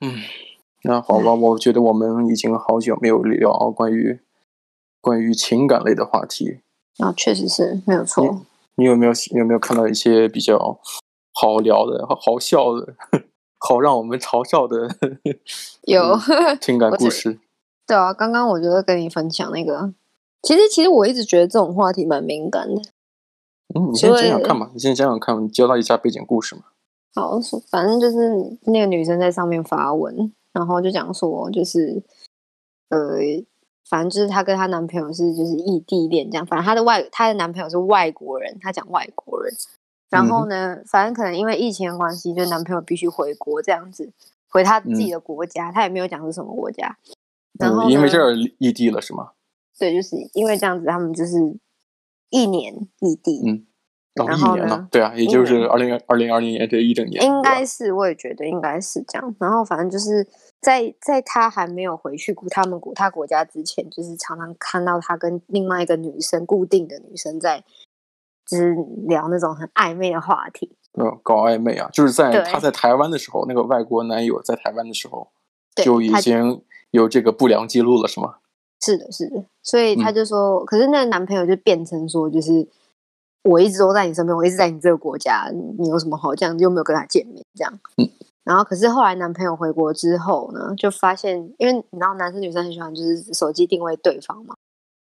嗯，那好吧，我觉得我们已经好久没有聊关于关于情感类的话题。啊，确实是没有错。你有没有有没有看到一些比较好聊的、好笑的、 好让我们嘲笑的 有情感我故只事？ 对啊，刚刚我觉得跟你分享那个，其实其实我一直觉得这种话题蛮敏感的。嗯，你先所想想以看吧，你先想想看，你交代一下背景故事嘛。好，说反正就是那个女生在上面发文，然后就讲说，就是呃，反正就是她跟她男朋友是就是异地恋这样，反正她的外她的男朋友是外国人，她讲外国人。然后呢，反正可能因为疫情的关系，就男朋友必须回国这样子，回他自己的国家，她也没有讲是什么国家。然后嗯，因为呢这儿异地了是吗？对，就是因为这样子，他们就是一年异地，嗯哦，然一后年呢了，对啊，也一就是年二零二零二零年这一整年，应嗯对啊吧该是，我也觉得应该是这样。然后反正就是在在他还没有回去顾他们国他国家之前，就是常常看到他跟另外一个女生固定的女生在，就是聊那种很暧昧的话题。嗯，搞暧昧啊，就是在对她在台湾的时候，那个外国男友在台湾的时候对，就已他经有这个不良记录了，是吗？是的，是的。所以他嗯就说，可是那个男朋友就变成说，就是我一直都在你身边，我一直在你这个国家，你有什么好这样？又没有跟他见面这样。嗯。 然后，可是后来男朋友回国之后呢，就发现，因为你知道男生女生很喜欢就是手机定位对方嘛，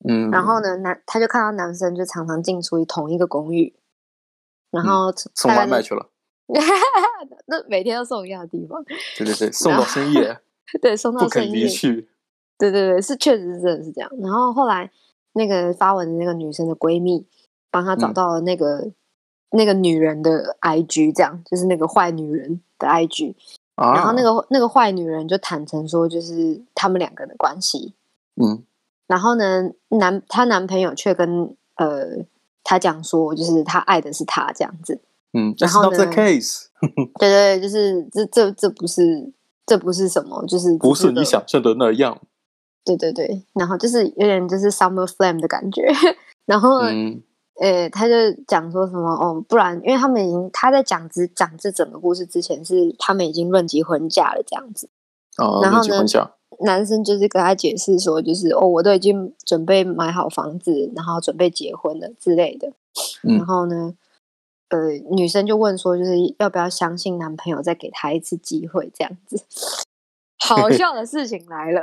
嗯，然后呢，男他就看到男生就常常进出于同一个公寓，然嗯后送大外概卖就，去了， 那每天都送一样的地方，对对对，送然到后深夜对， 送不到深肯离夜，去，对对对，是确实是真的是这样。然后后来那个发文的那个女生的闺蜜帮她找嗯到了那个、那个女人的 IG，这样就是那个坏女人的 IG，、啊，然后那个那个坏女人就坦诚说，就是他们两个的关系，嗯然后呢，男她男朋友却跟呃她讲说，就是他爱的是她这样子。嗯然，That's 后 not the 呢 case，对对，对就是这这这不是这不是什么，就是不只是个你想象的那样，对对对，然后就是有点就是 summer flame 的感觉。 然后呢嗯呃，他就讲说什么哦，不然因为他们已经他在讲之讲这整个故事之前是他们已经论及婚嫁了这样子。啊，然那后结呢婚下，男生就是跟他解释说，就是哦，我都已经准备买好房子，然后准备结婚了之类的。嗯然后呢，呃，女生就问说，就是要不要相信男朋友，再给他一次机会，这样子。 好笑的事情来了，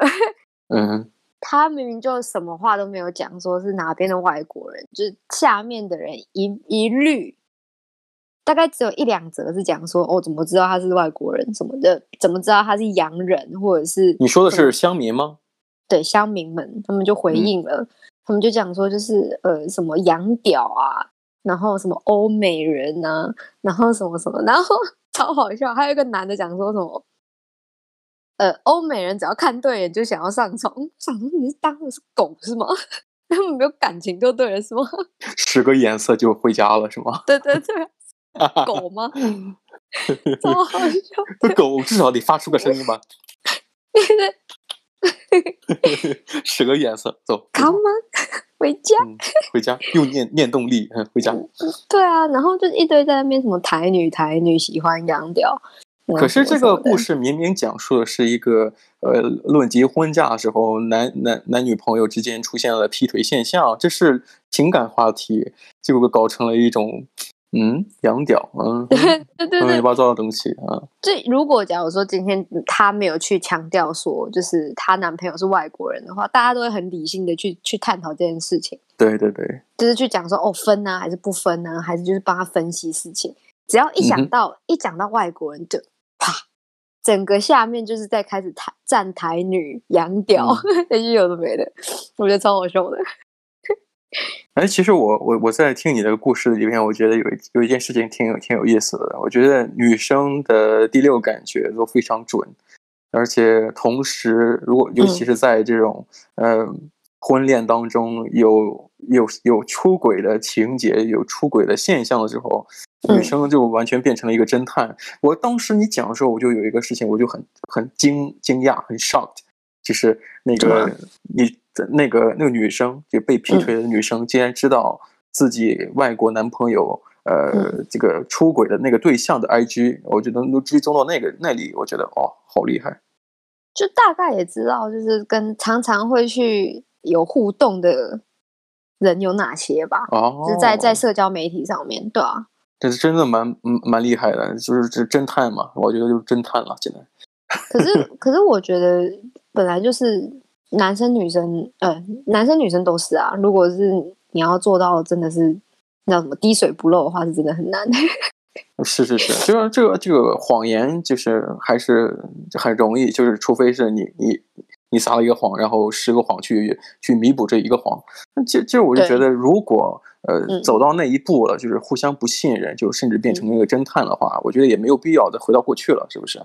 嗯他明明就什么话都没有讲，说是哪边的外国人，就是下面的人一一律，大概只有一两则是讲说，哦，怎么知道他是外国人什么的，怎么知道他是洋人，或者是你说的什么是乡民吗？对乡民们，他们就回嗯应了，他们就讲说就是呃什么洋屌啊，然后什么欧美人啊，然后什么什么，然后 超好笑，还有一个男的讲说什么。呃，欧美人只要看对眼就想要上床， 想说你是当的是狗是吗？ 他们没有感情就对了是吗？ 使个眼色就回家了是吗？ 对对对，狗吗？ 超好笑， 狗至少得发出个声音吧，使个眼色，走，回家扛吗？ 回家。嗯，回家用念念动力，嗯，回 家。对啊，然后就一堆在那边什么台女台女喜欢洋屌。然后可是什么这什么个的故事明明讲述的是一个呃，论及婚嫁的时候，男男男女朋友之间出现了劈腿现象，这是情感话题，结果搞成了一种嗯洋屌，嗯 对对乱七对，八糟的东西啊，这如果假如说今天她没有去强调说，就是她男朋友是外国人的话，大家都会很理性的去去探讨这件事情，对对对，就是去讲说哦分啊，还是不分啊，还是就是帮他分析事情。只要一嗯想哼到、一讲到外国人就，啪，整个下面就是在开始台站台女洋屌，嗯 那些、有的没的，我觉得超好笑的。哎，其实我我我在听你的故事里面，我觉得有一有一件事情挺有挺有意思的。我觉得女生的第六感觉都非常准，而且同时，如果尤嗯其是在这种、呃婚恋当中有有有出轨的情节、有出轨的现象的时候，女嗯生就完全变成了一个侦探。我当时你讲的时候，我就有一个事情，我就很很惊惊讶，很 shocked。就是那什么个你的那个那个女生，就被劈嗯腿的女生，竟然知道自己外国男朋友呃、嗯这个出轨的那个对象的 IG，我觉得能追踪到那个那里，我觉得哦，好厉害！就大概也知道，就是跟常常会去有互动的人有哪些吧，哦，就是在在社交媒体上面，对啊，这是真的蛮嗯蛮厉害的，就是这侦探嘛，我觉得就是侦探了，现在可是可是我觉得本来就是男生女生，呃，男生女生都是啊。如果是你要做到真的是那叫什么滴水不漏的话，是真的 很难。是是是，就是这个这个谎言，就是还是很容易，就是除非是你你你撒了一个谎，然后十个谎去去弥补这一个谎。那这这我就对觉得，如果呃嗯走到那一步了，就是互相不信任，就甚至变成一个侦探的话，我觉得也没有必要再回到过去了，是不是？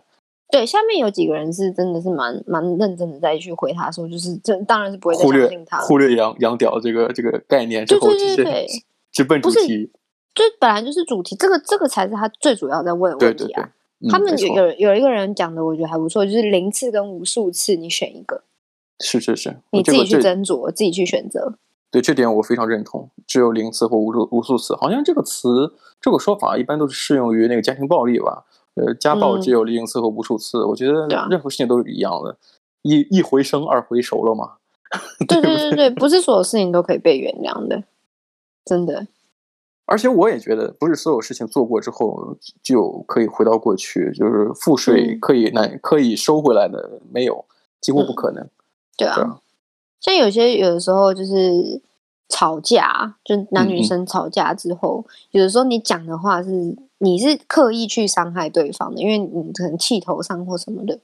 对，下面有几个人是真的是蛮蛮认真的再去回他说，就是这当然是不会再忽相略信他。忽略养养屌这个这个概念之对后，对直接对对，直奔主不是题。就本来就是主题，这个这个才是他最主要在问的对问对题对啊。，嗯他们没有错有有一个人讲的，我觉得还不错，就是零次跟无数次，你选一个，是是是，你哦这自个己去这斟酌，自己去选择。对这点我非常认同。只有零次或无数无数次，好像这个词这个说法一般都是适用于那个家庭暴力吧？呃，家暴嗯只有零次和无数次，我觉得对啊任何事情都是一样的，一一回生二回熟了嘛。对对对不对对，不是所有事情都可以被原谅的，真的。而且我也觉得，不是所有事情做过之后就可以回到过去，就是赋税嗯可以难、可以收回来的没有，几乎不可能。对对啊啊，像有些有的时候就是吵架，就嗯男嗯女生吵架之后，有的时候你讲的话是你是刻意去伤害对方的，因为你可能气头上或什么的。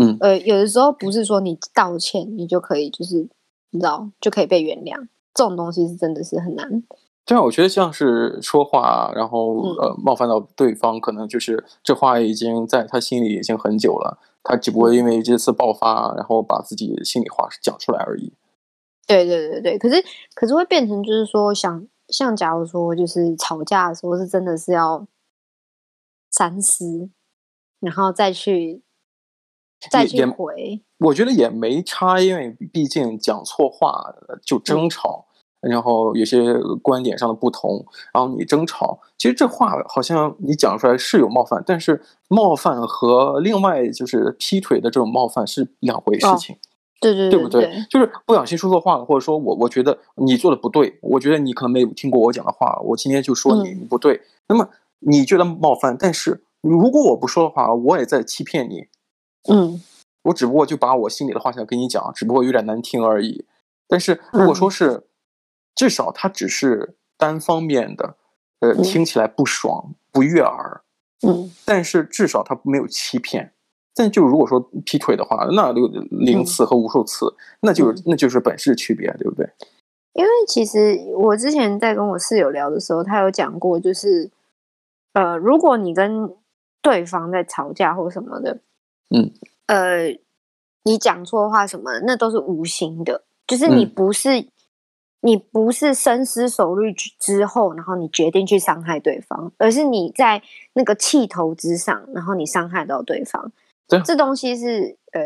嗯呃，有的时候不是说你道歉你就可以，就是你知道就可以被原谅，这种东西是真的是很难。对啊，我觉得像是说话，然后嗯呃冒犯到对方，可能就是这话已经在他心里已经很久了，他只不过因为这次爆发，然后把自己心里话讲出来而已。对对对对，可是可是会变成就是说想，像假如说就是吵架的时候是真的是要三思，然后再去再也去也回，我觉得也没差，因为毕竟讲错话呃就争吵，然后有些观点上的不同，然后你争吵，其实这话好像你讲出来是有冒犯，但是冒犯和另外就是劈腿的这种冒犯是两回事哦情。对对对对不对？就是不小心说错话了，或者说我我觉得你做的不对，我觉得你可能没有听过我讲的话，我今天就说你、嗯你不对。那么你觉得冒犯，但是如果我不说的话，我也在欺骗你，嗯，我只不过就把我心里的话想跟你讲，只不过有点难听而已。但是如果嗯说是，至少他只是单方面的，呃，嗯听起来不爽、不悦耳，嗯但是至少他没有欺骗。但就如果说劈腿的话，那就零次和无数次，那就是那就是本质区别，对不对？因为其实我之前在跟我室友聊的时候，他有讲过，就是呃，如果你跟对方在吵架或什么的，嗯，呃，你讲错话什么的，那都是无心的，就是你嗯不是、你不是深思熟虑之之后，然后你决定去伤害对方，而是你在那个气头之上，然后你伤害到对方对啊。这东西是呃，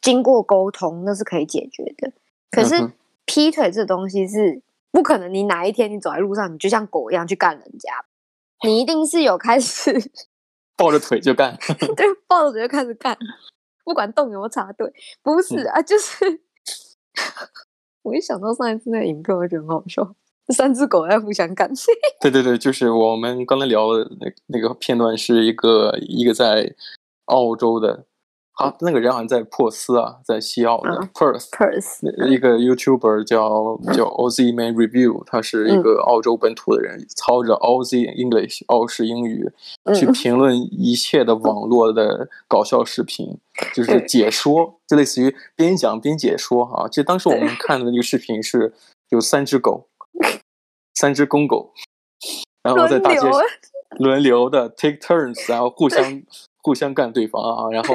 经过沟通那是可以解决的。可嗯是哼劈腿这东西是不可能，你哪一天你走在路上，你就像狗一样去干人家，你一定是有开始 抱着腿就干， 对抱着就开始干，不管动油插队，不嗯是、啊，就是 我一想到上一次那个影片，我就觉得很好笑，三只狗在互相干， 对对对，就是我们刚才聊的那那个片段，是一个一个在澳洲的，啊，那个人好像在珀斯啊，在西澳的嗯 Perth， purse，一个 YouTuber 叫叫 Aussie Man Review，他是一个澳洲本土的人，操着 Aussie English 澳式英语去嗯评论一切的网络的搞笑视 频，就是嗯解说，就类似于边讲边解说哈、这当时我们看的那个视频是有三只 狗，三只公狗，然后在大街轮流上轮流的 take turns，然后互相互相干对方啊，然后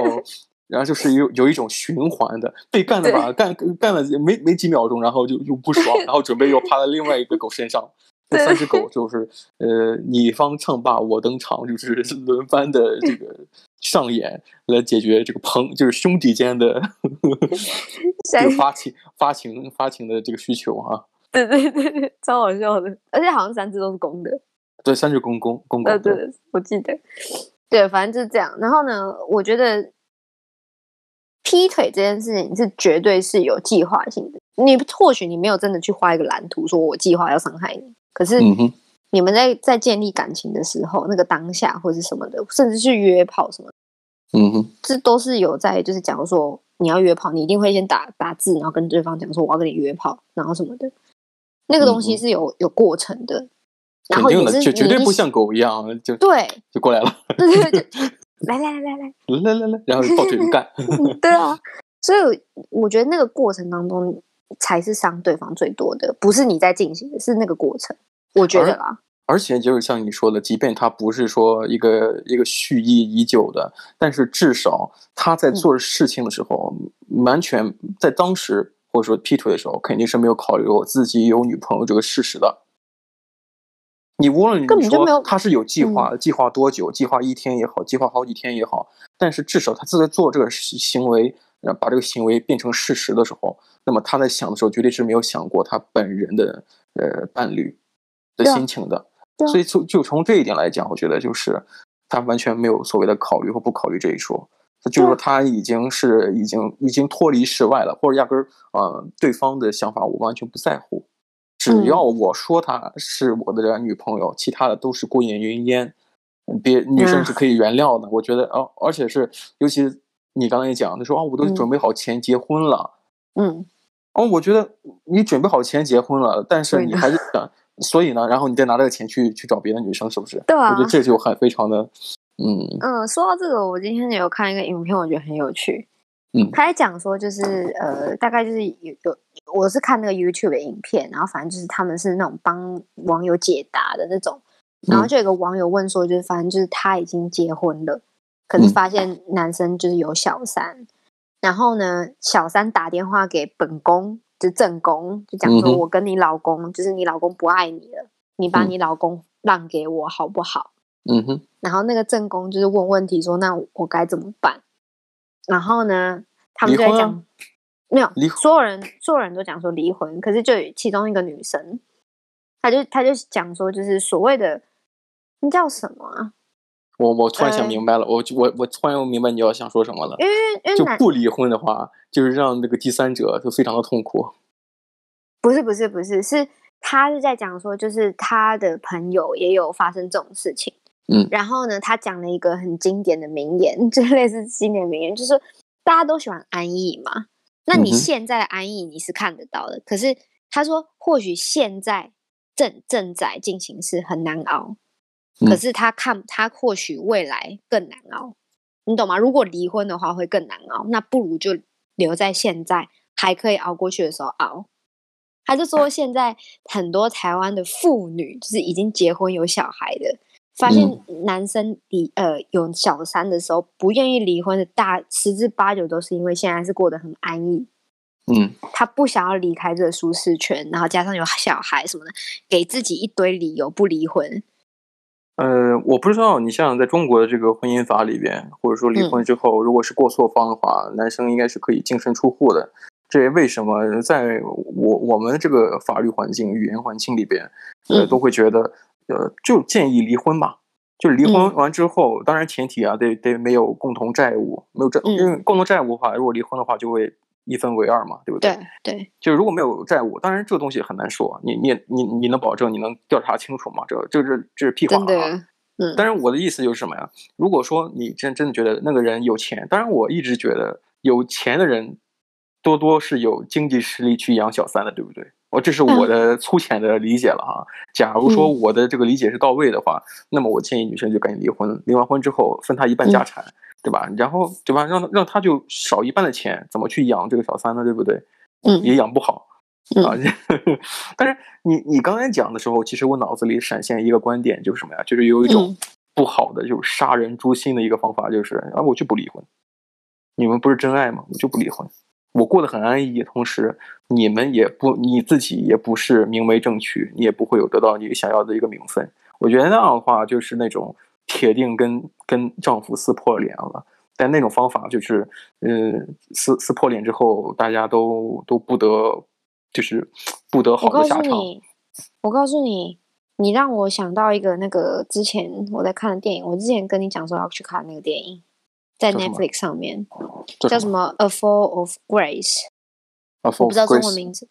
然后就是有有一种循环的，被干的吧，干干了没没几秒钟，然后就又不爽，然后准备又趴在另外一个狗身 上。这对三只狗就是呃，你方唱罢我登场，就是 轮番的这个上演来解决这个朋就是兄弟间的这三个发情发情发情的这个需求啊。对对对对，超好笑的，而且好像三只都是公的。对，三只公公公狗呃，对对，我记得，对，反正就是这样。然后呢，我觉得劈腿这件事情是绝对是有计划性的。你或许你没有真的去画一个蓝图，说我计划要伤害你，可是嗯哼，你们在在建立感情的时候，那个当下或是什么的，甚至是约炮什么的，嗯哼，这都是有在就是假如说你要约炮，你一定会先打打字，然后跟对方讲说我要跟你约炮，然后什么的，那个东嗯西嗯是有有过程的，然肯后定也的，是就绝对你不像狗一样，就对就过来了，对对对，就 来来来来来，来来来，然后抱腿就干。嗯对啊，所以我觉得那个过程当中才是伤对方最多的，不是你在进行的，是那个过程，我觉得而啦，而且就是像你说的，即便他不是说一个一个蓄意已久的，但是至少他嗯在做事情的时候，完全在当时或者说劈腿的时候，肯定是没有考虑我自己有女朋友这个事实的。你无论根你本就没有嗯说他是有计划，计划多久，计划一天也好，计划好几天也好，但是至少他自己做这个行行为，然后把这个行为变成事实的时候，那么他在想的时候，绝对是没有想过他本人的呃伴侣的对啊心情的。对啊所以从就从这一点来讲，我觉得就是他完全没有所谓的考虑或不考虑这一说。就是说，他已经是已经已经脱离世外了，或者压根儿呃，对方的想法我完全不在乎，只嗯要我说她是我的女朋友，其他的都是过眼云烟，嗯别女生是可以原谅的。我觉得哦，而且是尤其你刚才也讲，他说啊、我都嗯准备好钱结婚了，嗯，哦，我觉得你准备好钱结婚了，但是对你的还是想，所以呢，然后你再拿这个钱去去找别的女生，是不是？对啊我觉得这就很非常的，嗯嗯，说到这个，我今天有看一个影片，我觉得很有趣。嗯他在讲说，就是呃，大概就是有有，我是看那个 YouTube 的影片，然后反正就是他们是那种帮网友解答的那种，然后嗯就有个网友问说，就是反正就是他已经结婚了，可是嗯发现男生就是有小三，然后呢，小三打电话给本宫，就正宫，就讲嗯说哼我跟你老公，就是你老公不爱你了，你把嗯你老公让给我好不好？嗯哼，然后那个正宫就是问问题说，那我该怎么办？然后呢，他们离就在婚啊讲，没有离婚所有人所有人都讲说离婚，可是就有其中一个女生，她就她就讲说，就是所谓的那叫什么啊？我我突然想呃明白了，我我我突然明白你要想说什么了。因为因为就男不离婚的话，就是让那个第三者就非常的痛苦。不是不是不是，是他是在讲说，就是他的朋友也有发生这种事情。嗯然后呢，他讲了一个很经典的名言，就类似经典名言，就是说大家都喜欢安逸嘛。那你嗯哼现在的安逸你是看得到的，可是他说，或许现在正正在进行时很难熬，可嗯是他看他或许未来更难熬，你懂吗？如果离婚的话会更难熬，那不如就留在现在还可以熬过去的时候熬。他就说，现在很多台湾的妇女就是已经结婚有小孩的，发现嗯男生离呃有小三的时候不愿意离婚的大十之八九都是因为现在是过得很安逸，嗯他不想要离开这个舒适圈，然后加上有小孩什么的，给自己一堆理由不离婚。呃，我不知道你像在中国的这个婚姻法里边，或者说离嗯婚之后，如果是过错方的话，男生应该是可以净身出户的。这也为什么在我我们这个法律环境、语言环境里边，呃，嗯都会觉得，呃，就建议离婚吧。就离婚嗯完之后，当然前提啊，得得没有共同债务，没有债，嗯因为共同债务的话，如果离婚的话，就会一分为二嘛，对不对对，就是如果没有债务，当然这个东西很难说，你你也你你能保证你能调查清楚吗？这这是这是屁话真啊！的，嗯当然我的意思就是什么呀？如果说你真真的觉得那个人有钱，当然我一直觉得有钱的人多多是有经济实力去养小三的，对不对？我这是我的粗浅的理解了哈、假如说我的这个理解是到位的话，那么我建议女生就赶紧离婚，离完婚之后分她一半家产，对吧？然后对吧？让她让她就少一半的钱，怎么去养这个小三呢？对不对？嗯也养不好。嗯啊， 但是你你刚才讲的时候，其实我脑子里闪现一个观点，就是什么呀？就是有一种嗯不好的，就是杀人诛心的一个方法，就是啊，我就不离婚，你们不是真爱吗？我就不离婚，我过得很安逸，同时你们也不你自己也不是名为正娶，你也不会有得到你想要的一个名分。我觉得那样的话，就是那种铁定跟跟丈夫撕破脸了。但那种方法就是，呃，撕撕破脸之后，大家都都不得，就是不得好我的告下诉场。你，我告诉你，你让我想到一个那个之前我在看的电影，我之前跟你讲说要去看那个电影，在叫什么 Netflix 上面，叫叫什么《A Fall of Grace》，啊，我不知道中文名字。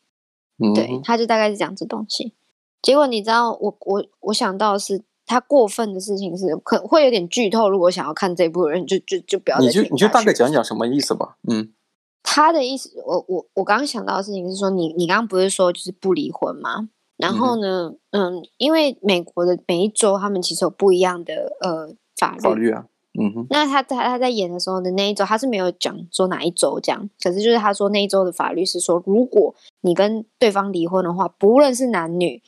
嗯，对，他就大概是讲这东西。结果你知道，我我我想到的是他过分的事情是，可会有点剧透。如果想要看这部的人，就就就不要再你就听你就下大概去讲讲什么意思吧。嗯，他的意思，我我我刚刚想到的事情是说，你你刚刚不是说就是不离婚吗？然后呢，嗯因为美国的每一州他们其实有不一样的呃法律。法律啊，嗯哼，那他在他在演的时候的那一周，他是没有讲说哪一周这样，可是就是他说那一周的法律是说，如果你跟对方离婚的话，不论是男女，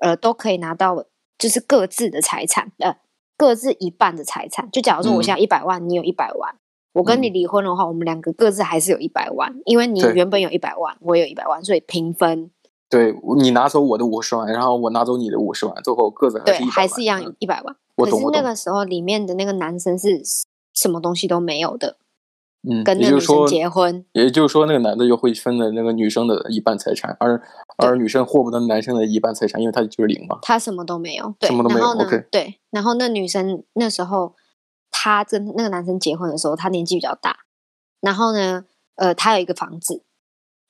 呃，都可以拿到就是各自的财产，呃，各自一半的财产。就假如说嗯我现在一百万，你有一百万，我跟你嗯离婚的话，我们两个各自还是有一百万，因为你对原本有一百万，我也有一百万，所以平分，对你拿走我的五十万，然后我拿走你的五十万，最后各自对还是，还是一一嗯样一百万。我可是懂，我那懂。个时候里面的那个男生是什么东西都没有的，嗯，跟也那就个是女生说，结婚。也就是说，那个男的就会分了那个女生的一半财产，而而女生获不得男生的一半财产，因为他就是零嘛。他什么都没有，对，什么都没有然后呢 OK 对，然后那女生那时候，她跟那个男生结婚的时候，她年纪比较大，然后呢，呃，她有一个房子，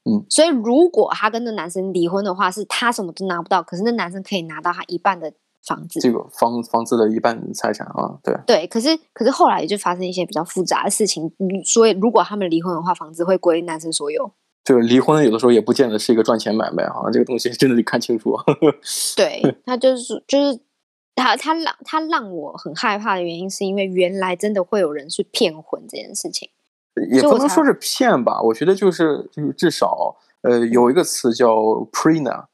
嗯，所以如果她跟那男生离婚的话，是她什么都拿不到，可是那男生可以拿到他一半的房子，这个房房子的一半财产啊，对，对，可是可是后来也就发生一些比较复杂的事情，嗯所以如果他们离婚的话，房子会归男生所有，就是离婚有的时候也不见得是一个赚钱买卖啊，这个东西真的得看清 楚。啊对他就是就是他他让他让我很害怕的原因，是因为原来真的会有人去骗婚这件事情。也所以不我能才说是骗吧，我觉得就是就是至少呃有一个词叫 prena，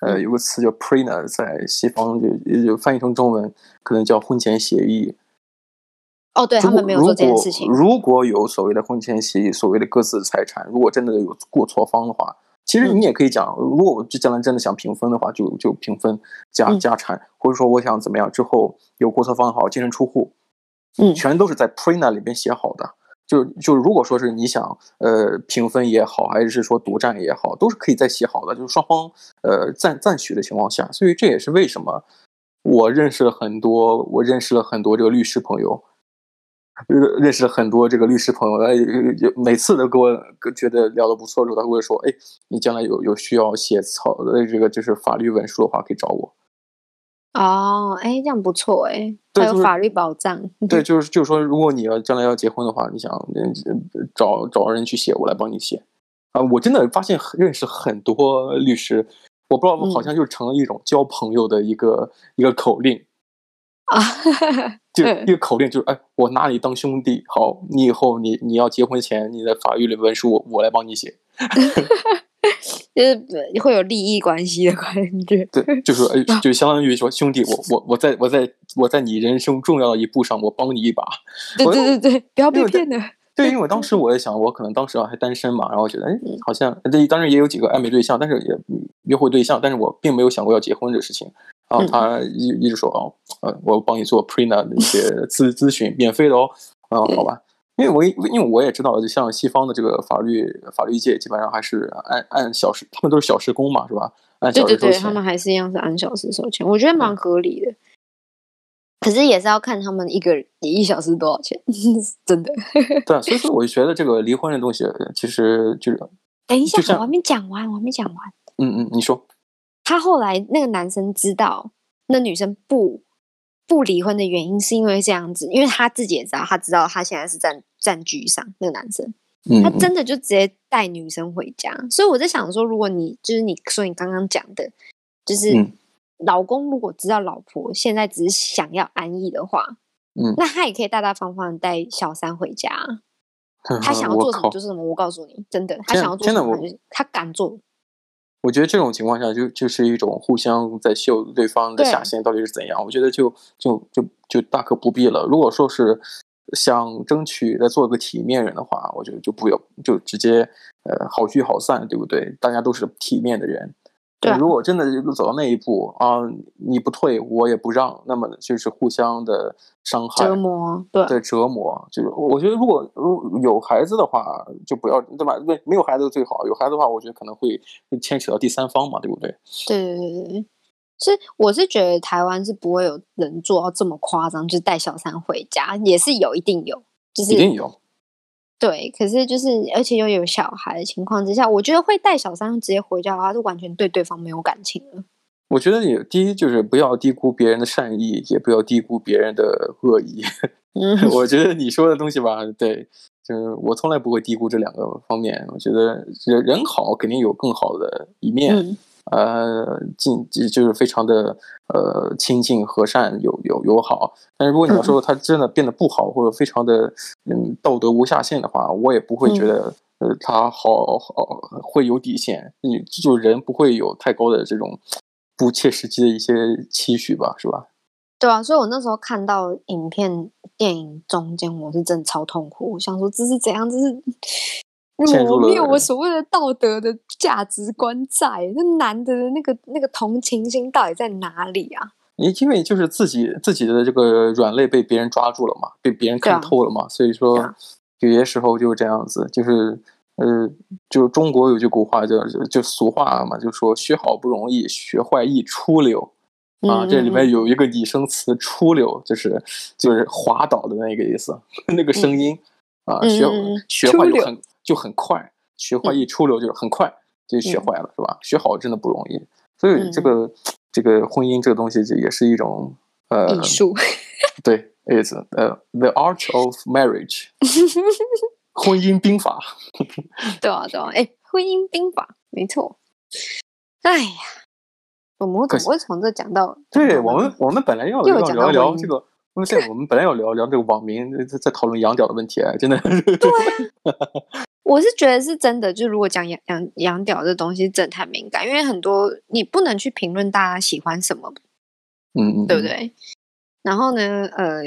呃嗯有个词叫 prena，在西方就也就翻译成中文可能叫婚前协议。哦，对他如果们没有做这件事情如。果如果有所谓的婚前协议，所谓的各自财产，如果真的有过错方的话，其实嗯你也可以讲，如果我就将来真的想平分的话，就就平分家嗯家产，或者说我想怎么样之后有过错方也好，净身出户，嗯全都是在 Prena 里边写好的。就就如果说是你想呃平分也好，还是说独占也好，都是可以再写好的，就是双方呃赞赞许的情况下，所以这也是为什么我认识了很多，我认识了很多这个律师朋友，呃认识了很多这个律师朋友，呃，有每次都跟我跟觉得聊得不错的时候，他会说，哎，你将来有有需要写草呃这个就是法律文书的话，可以找我。哦，哎，这样不错哎，对还有就是法律保障。对，就是就是说，如果你要将来要结婚的话，你想呃找找人去写，我来帮你写。啊，我真的发现很认识很多律师，我不知道，嗯好像就成了一种交朋友的一个、一个口令，啊，就嗯一个口令，就是哎，我拿你当兄弟，好，你以后你你要结婚前，你的法律文书我我来帮你写。 就是呃会有利益关系的感觉。 对，就是哎，啊就相当于说兄弟，我我我在我在我在你人生重要的一步上，我帮你一把。对我对对对，不要被因为骗了。对，因为我当时嗯我也想，我可能当时啊还单身嘛，然后觉得哎，好像对，当然也有几个暧昧对象，但是也嗯约会对象，但是我并没有想过要结婚这个事情。然后嗯他一一直说哦，呃，我帮你做 prena 的一 些咨咨询，免费的哦。嗯，好吧，因为我也因为我也知道，就像西方的这个法律法律界，基本上还是按按小时，他们都是小时工嘛，是吧？按对小对时收对，钱他。们还是一样是按小时收钱，我觉得蛮合理的。可是也是要看他们一个人一小时多少钱， 真的。 对，所以说我就觉得这个离婚这东西，呃其实就是，等一下就，像我还没讲完，我还没讲完。嗯嗯，你说，他后来那个男生知道那女生不不离婚的原因是因为这样子，因为他自己也知道，他知道他现在是占占居上那个男生，嗯，他嗯真的就直接带女生回家。所以我在想说，如果你就是你说你刚刚讲的，就是嗯老公如果知道老婆现在只是想要安逸的话，嗯那他也可以大大方方的带小三回家啊。他想嗯要我做什么靠就是什么，我告诉你，真的，他天想要做天什哪么我他就他敢做，我觉得这种情况下就就是一种互相在秀对方的对下限到底是怎样，我觉得就就就就大可不必了。如果说是想争取再做个体面人的话，我觉得就不要就直接呃好聚好散，对不对？大家都是体面的人。对啊如果真的走到那一步啊，你不退我也不让，那么就是互相的伤害折磨，对啊的折磨，就是我觉得如果如有孩子的话，就不要对吧？对，没有孩子最好，有孩子的话，我觉得可能会牵扯到第三方嘛，对不对？对对对对对，是我是觉得台湾是不会有人做到这么夸张，就是带小三回家，也是有一定有，就是一定有。对，可是就是而且又有小孩的情况之下，我觉得会带小三直接回家的话，是完全对对方没有感情了。我觉得也第一就是不要低估别人的善意，也不要低估别人的恶意。 嗯，我觉得你说的东西吧，对，就是我从来不会低估这两个方面。我觉得人人好肯定有更好的一面，嗯呃，近就是非常的呃亲近、和善、友友友好。但是如果你要说他真的变得不好，或者非常的嗯道德无下限的话，我也不会觉得、呃他好好会有底线。你就人不会有太高的这种不切实际的一些期许吧，是吧？对啊，所以我那时候看到影片、电影中间，我是真的超痛苦。我想说，这是怎 样？这是陷入我了没有我所谓的道德的价值观在。那男的的那个那个同情心到底在哪里啊？你因为就是自己自己的这个软肋被别人抓住了嘛，被别人看对啊透了嘛，所以对说啊有些时候就是这样子，就是呃，就中国有句古话叫就俗话嘛，就说学好不容易，学坏一出溜啊。嗯这里面嗯有一个拟声词“出溜”，就是就是滑倒的那个意思， 那个声音、啊，嗯学嗯嗯学坏出就溜嗯很就很快，学坏一出溜就是很快就学坏了，是吧？学好真的不容易，所以嗯这个、这个婚姻这个东西，也是一种呃嗯艺术对，is 呃 the art of marriage，婚姻兵法。 对啊对啊，哎，婚姻兵法没错。哎呀，我们可怎是么会从这讲到？对讲到我们，我们本来要嗯又要讲聊到一聊婚姻这个，因为现在我们本来要聊聊这个网民在在讨论养屌的问题，哎真的。我是觉得是真的，就如果讲养养养屌这东西，真的太敏感，因为很多你不能去评论大家喜欢什么， 嗯嗯，对不？对？然后呢，呃，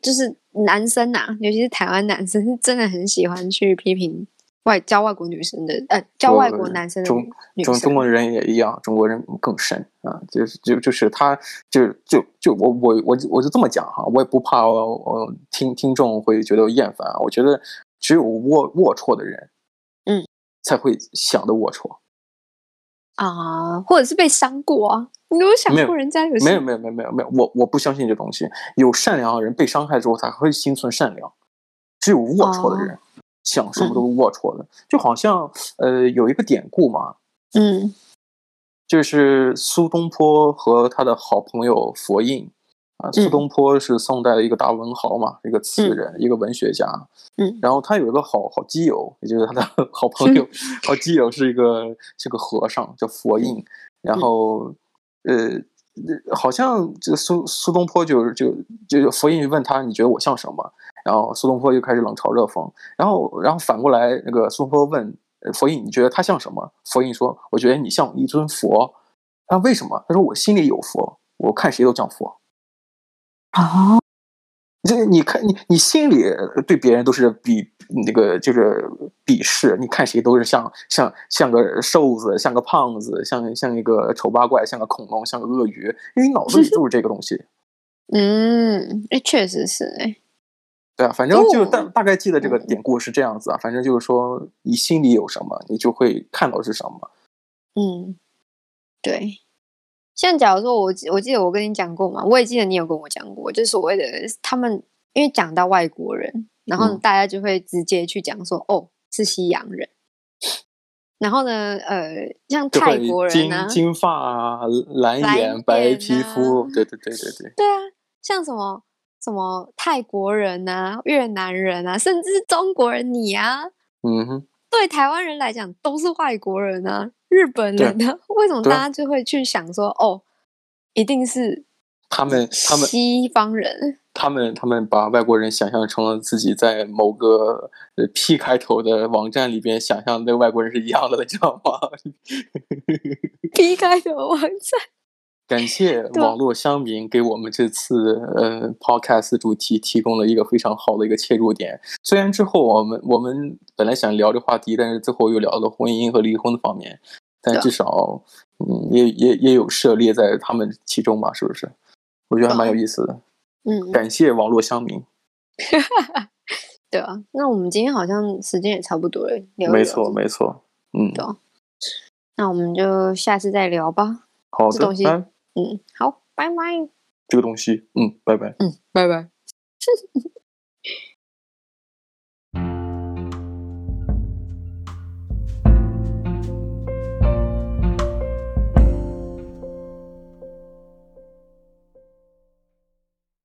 就是男生呐、尤其是台湾男生，是真的很喜欢去批评外教外国女生的，呃，教外国男生的中女中生。中国人也一样，中国人更深啊，就是就就是他就就就我我我就我就这么讲哈，我也不怕我我听听众会觉得厌烦啊，我觉得只有龌龌龊的人，嗯，才会想的龌龊。啊、或者是被伤过啊，你有想没有过人家有没有心没有没有没有没有，我我不相信这东西。有善良的人被伤害之后，才会心存善良。只有龌龊哦的人，想嗯什么都是龌龊的。就好像呃，有一个典故嘛，嗯就是苏东坡和他的好朋友佛印啊。苏嗯东坡是宋代的一个大文豪嘛，一个词人，一个文学家。嗯然后他有一个好好基友，也就是他的 好朋友，好基友是一个是个和尚，叫佛嗯印。然后，呃，好像这苏苏东坡就是就就佛印问他，你觉得我像什么？然后苏东坡就开始冷嘲热讽。然后，然后反过来，那个苏东坡问呃佛印，你觉得他像什么？佛印说，我觉得你像一尊佛。他说为什么？他说我心里有佛，我看谁都像佛。啊，这你看你你心里对别人都是鄙那个就是鄙视，你看谁都是像像像个瘦子，像个胖子，像像一个丑八怪，像个恐龙，像个鳄鱼，因为你脑子里就是这个东西。嗯，哎、确实是哎、对啊，反正就哦大大概记得这个嗯典故是这样子啊，反正就是说你心里有什么，你就会看到是什么。嗯，对。像假如说我记我记得我跟你讲过嘛，我也记得你有跟我讲过，就所谓的他们，因为讲到外国人，然后嗯大家就会直接去讲说，哦，是西洋人。然后呢，呃，像就泰会国人金啊，金发啊，蓝蓝眼、眼白皮啊肤，对对对对对，对啊，像什么什么泰国人啊、越南人啊，甚至是中国人你啊，嗯哼，对台湾人来讲都是外国人啊，日本对人啊， 为什么对大家就会去想说，哦，一定是他们他们西方人，他们他们把外国人想象成了自己在某个呃 P 开头的网站里边想象的外国人是一样的，你知道吗？劈开的网站，感谢对网络乡民给我们这次呃 podcast 主题提供了一个非常好的一个切入点。虽然之后我们我们本来想聊这话题，但是最后又聊到婚姻和离婚方面，但对至少嗯也也也有涉猎在他们其中嘛，是不是？我觉得还蛮有意思的。嗯，感谢网络乡民。对啊。那我们今天好像时间也差不多了，聊一没聊错，这没错。嗯，对那我们就下次再聊吧。好这的，东西哎嗯，好，拜拜，这个东西，嗯，拜拜。嗯，拜拜。